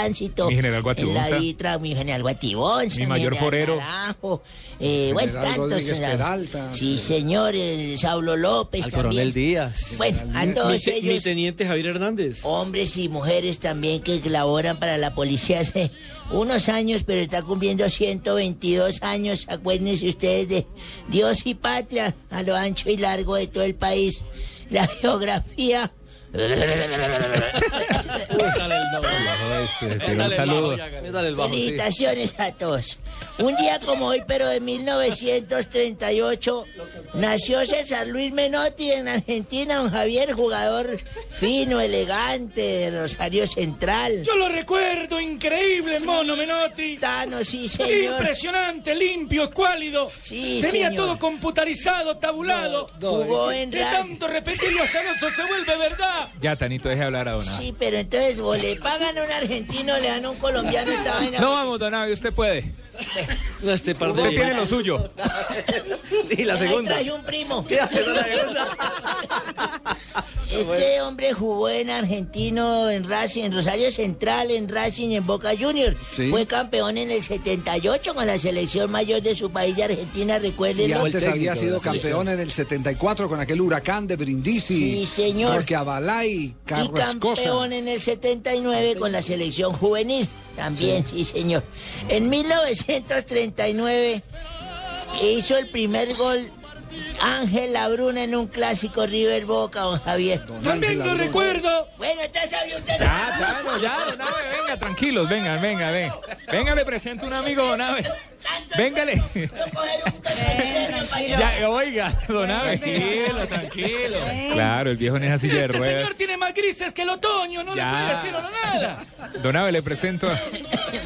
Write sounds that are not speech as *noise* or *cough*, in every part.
Tránsito, Mi general Guatibonza. en la DITRA, mi general Guatibonza, Mi mayor general forero. Naranjo, eh, bueno, General tantos. Rodríguez general. Peralta. sí, señor, el Saulo López Al también. coronel Díaz. Bueno, a Mi, todos te- mi ellos, teniente Javier Hernández. hombres y mujeres también que colaboran para la policía hace unos años, pero está cumpliendo 122 años, acuérdense ustedes de Dios y Patria, a lo ancho y largo de todo el país, la *laughs* geografía... Este, pero un saludo. Métale el bajo, sí. *laughs* Felicitaciones a todos. Un día como hoy, pero de 1938, nació César Luis Menotti en Argentina, un Javier, jugador fino, elegante, de Rosario Central. Yo lo recuerdo, increíble, mono Menotti. Tano, sí, señor. Impresionante, limpio, escuálido. Sí, Tenía señor. todo computarizado, tabulado. Jugó en De Ra- tanto repetirlo hasta no se vuelve verdad. Ya, Tanito, deje hablar a Don Abe. Sí, pero entonces o le pagan a un argentino, le dan a un colombiano esta vaina. No, vamos, Don Abe, usted puede. *laughs* No, este par Usted de... tiene lo suyo. Y la Ahí segunda. traje un primo. ¿Qué hace la segunda? Este hombre jugó en Argentino, en Racing, en Rosario Central, en Racing, en Boca Juniors. Sí. Fue campeón en el 78 con la selección mayor de su país de Argentina, Y recuérdenlo. antes técnico había de sido la selección. campeón en el 74 con aquel huracán de Brindisi. Sí, señor. Porque Abalay, Y Carrascosa. campeón en el 79 con la selección juvenil. También, sí, señor. En 1939 hizo el primer gol Ángel Labruna en un clásico River Boca, don Javier. También lo recuerdo. Bueno, usted sabe usted. Ya, claro, ya, Don Abe, venga, tranquilos, venga, venga, venga. Venga, le presento un amigo, Don Abe. Véngale. No coger un peso para allá. Ya, oiga, Don Abe, tranquilo, tranquilo. Claro, el viejo en esa silla de Este señor ruedas. tiene más grises que el otoño, no Ya. le puede decir uno nada. Don Abe, le presento a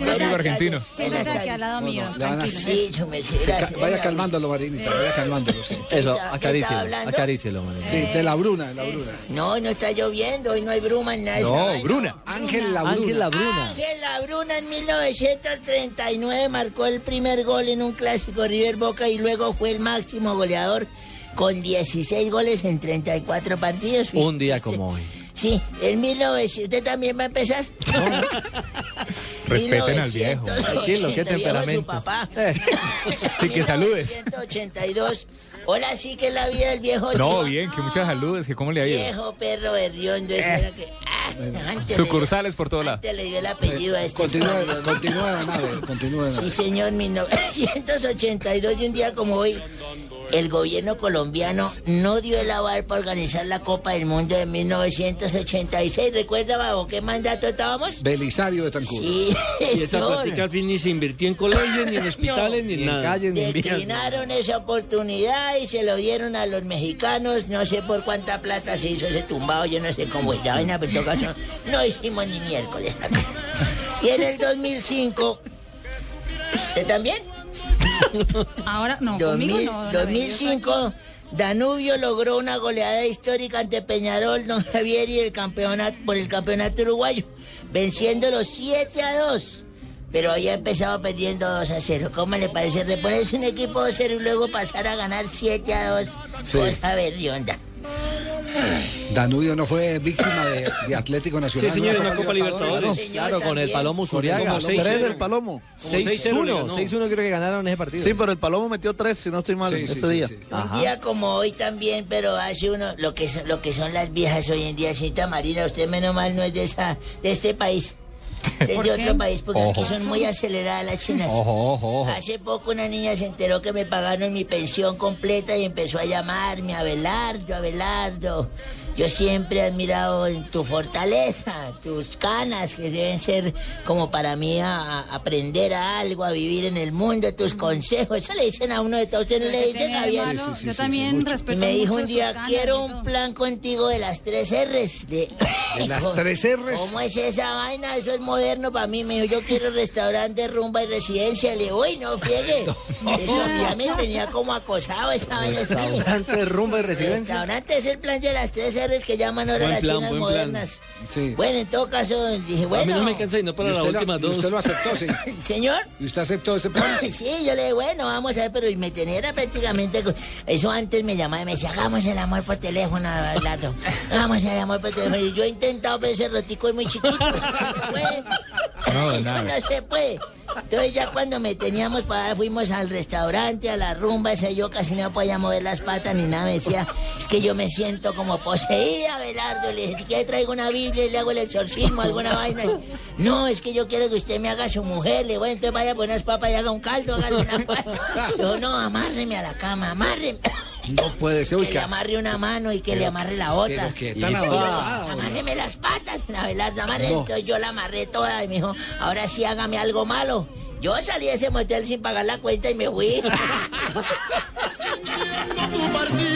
un amigo argentino. Buenas Siéntate aquí tardes. al lado mío. le van a- tranquilo. Sí, su merced, gracias. Vaya calmándolo, Marinita, Eh. vaya calmándolo. Sí, Eso, ¿Está- está acarícielo, hablando? acarícielo, María. Sí, de la Bruna, de la Bruna. No, no está lloviendo, hoy no hay bruma en nada. de esa No, vaina. Bruna. Ángel la Ángel Bruna. ah, Labruna. Ángel Labruna en 1939 marcó el primer gol en un clásico River Boca y luego fue el máximo goleador con 16 goles en 34 partidos. Un día como hoy. Sí, en 1900. ¿Usted también va a empezar? Respeten al viejo. 1980, Tranquilo, qué viejo es Su temperamento. papá. Eh, Sí, que saludes. 1982. Hola, sí que es la vida del viejo. No, Gil. bien, Eh. que muchas saludes, que cómo le ha ido. Viejo perro berriondo, eso era que. Ah, antes le- Sucursales por todos lados. Antes le dio el apellido a este. Continúe, perro. continúe, don Abe, continúe, don Sí, Abe. señor, *laughs* 1982 y un día como hoy, el gobierno colombiano no dio el aval para organizar la Copa del Mundo de 1986. ¿Recuerda bajo qué mandato estábamos? Belisario de Tancur. Sí, Y esa señor. plática al fin ni se invirtió en colegios, ni en hospitales, ni en Ni en nada. calles, ni en vías. Declinaron esa oportunidad y se lo dieron a los mexicanos. No sé por cuánta plata se hizo ese tumbado, yo no sé cómo es la vaina, pero en todo caso no hicimos ni miércoles acá. Y en el 2005, ¿usted también? Ahora, no, conmigo no. 2000, la verdad, 2005, Danubio logró una goleada histórica ante Peñarol, Don Javier y el campeonato, por el campeonato uruguayo, venciéndolo 7 a 2. Pero había empezado perdiendo 2 a 0. ¿Cómo le parece reponerse un equipo 2 0 y luego pasar a ganar 7 a 2? Sí. Cosa berrionda. Danubio no fue víctima de, de Atlético Nacional. Sí, señor, ¿no? en la Copa Libertadores. señor, Claro, con el también. Palomo Zuriaga. Como seis- Tres del Palomo. Como 6-0 le 6-1, ganó. 6-1 creo que ganaron ese partido. Sí, pero el Palomo metió tres, si no estoy mal, Sí, sí, ese sí, día. sí. Ajá. Un día como hoy también, pero hace uno lo que son, lo que son las viejas hoy en día, señorita Marina, usted menos mal no es de esa, de este país. Usted Es ¿Por de qué? otro país, porque aquí Ojo. son muy aceleradas las chinas. Ojo, ojo, ojo. Hace poco una niña se enteró que me pagaron mi pensión completa y empezó a llamarme Abelardo, Abelardo. Yo siempre he admirado en tu fortaleza, tus canas que deben ser como para mí a, a aprender a algo, a vivir en el mundo, tus consejos. Eso le dicen a uno de todos, ustedes no le ¿qué tiene pues, dicen de a bien. malo? Sí, sí, sí, Yo sí, también mucho. Y respeto me dijo mucho un sus día, ganas y quiero todo". un plan contigo de las tres R's. De, *laughs* De las tres R's. ¿Cómo es esa vaina? Eso es moderno para mí. Me dijo, yo quiero restaurante, rumba y residencia. Le digo, uy, no *laughs* friegue. Eso ya me tenía como acosado esa vaina. sí. Restaurante, rumba y residencia. Restaurante es el plan de las tres R's que llaman ahora Buen las plan, chinas buen plan. modernas. Sí. Bueno, en todo caso, dije, A mí bueno, no me alcanza y no para Y las usted lo- últimas y dos. usted lo aceptó, sí. señor. ¿Y usted aceptó ese plan? Sí, yo le dije, bueno, vamos a ver, pero y me tenía era prácticamente... co- Eso antes me llamaba y me decía, hagamos el amor por teléfono, Abelardo. Hagamos el amor por teléfono. Y yo he intentado, pero ese rotico es muy chiquito. eso no se puede. No, Eso nada. no se puede. Entonces ya cuando me teníamos para dar, fuimos al restaurante, a la rumba, ese yo casi no podía mover las patas ni nada. Me decía, es que yo me siento como poseída, Belardo. Le dije, ¿qué traigo una Biblia y le hago el exorcismo, alguna vaina? No, es que yo quiero que usted me haga su mujer. Le digo, bueno, entonces vaya a poner unas papas y haga un caldo, hágale una papa. Yo, no, amárreme a la cama, amárreme. No puede ser, Que uy, le amarre una mano y que le amarre la otra. pero que tan Y- avanzado, Ah, Amárreme las patas, la Belardo, amarre. No. Entonces yo la amarré toda y me dijo, ahora sí hágame algo malo. Yo salí de ese motel sin pagar la cuenta y me fui. partido.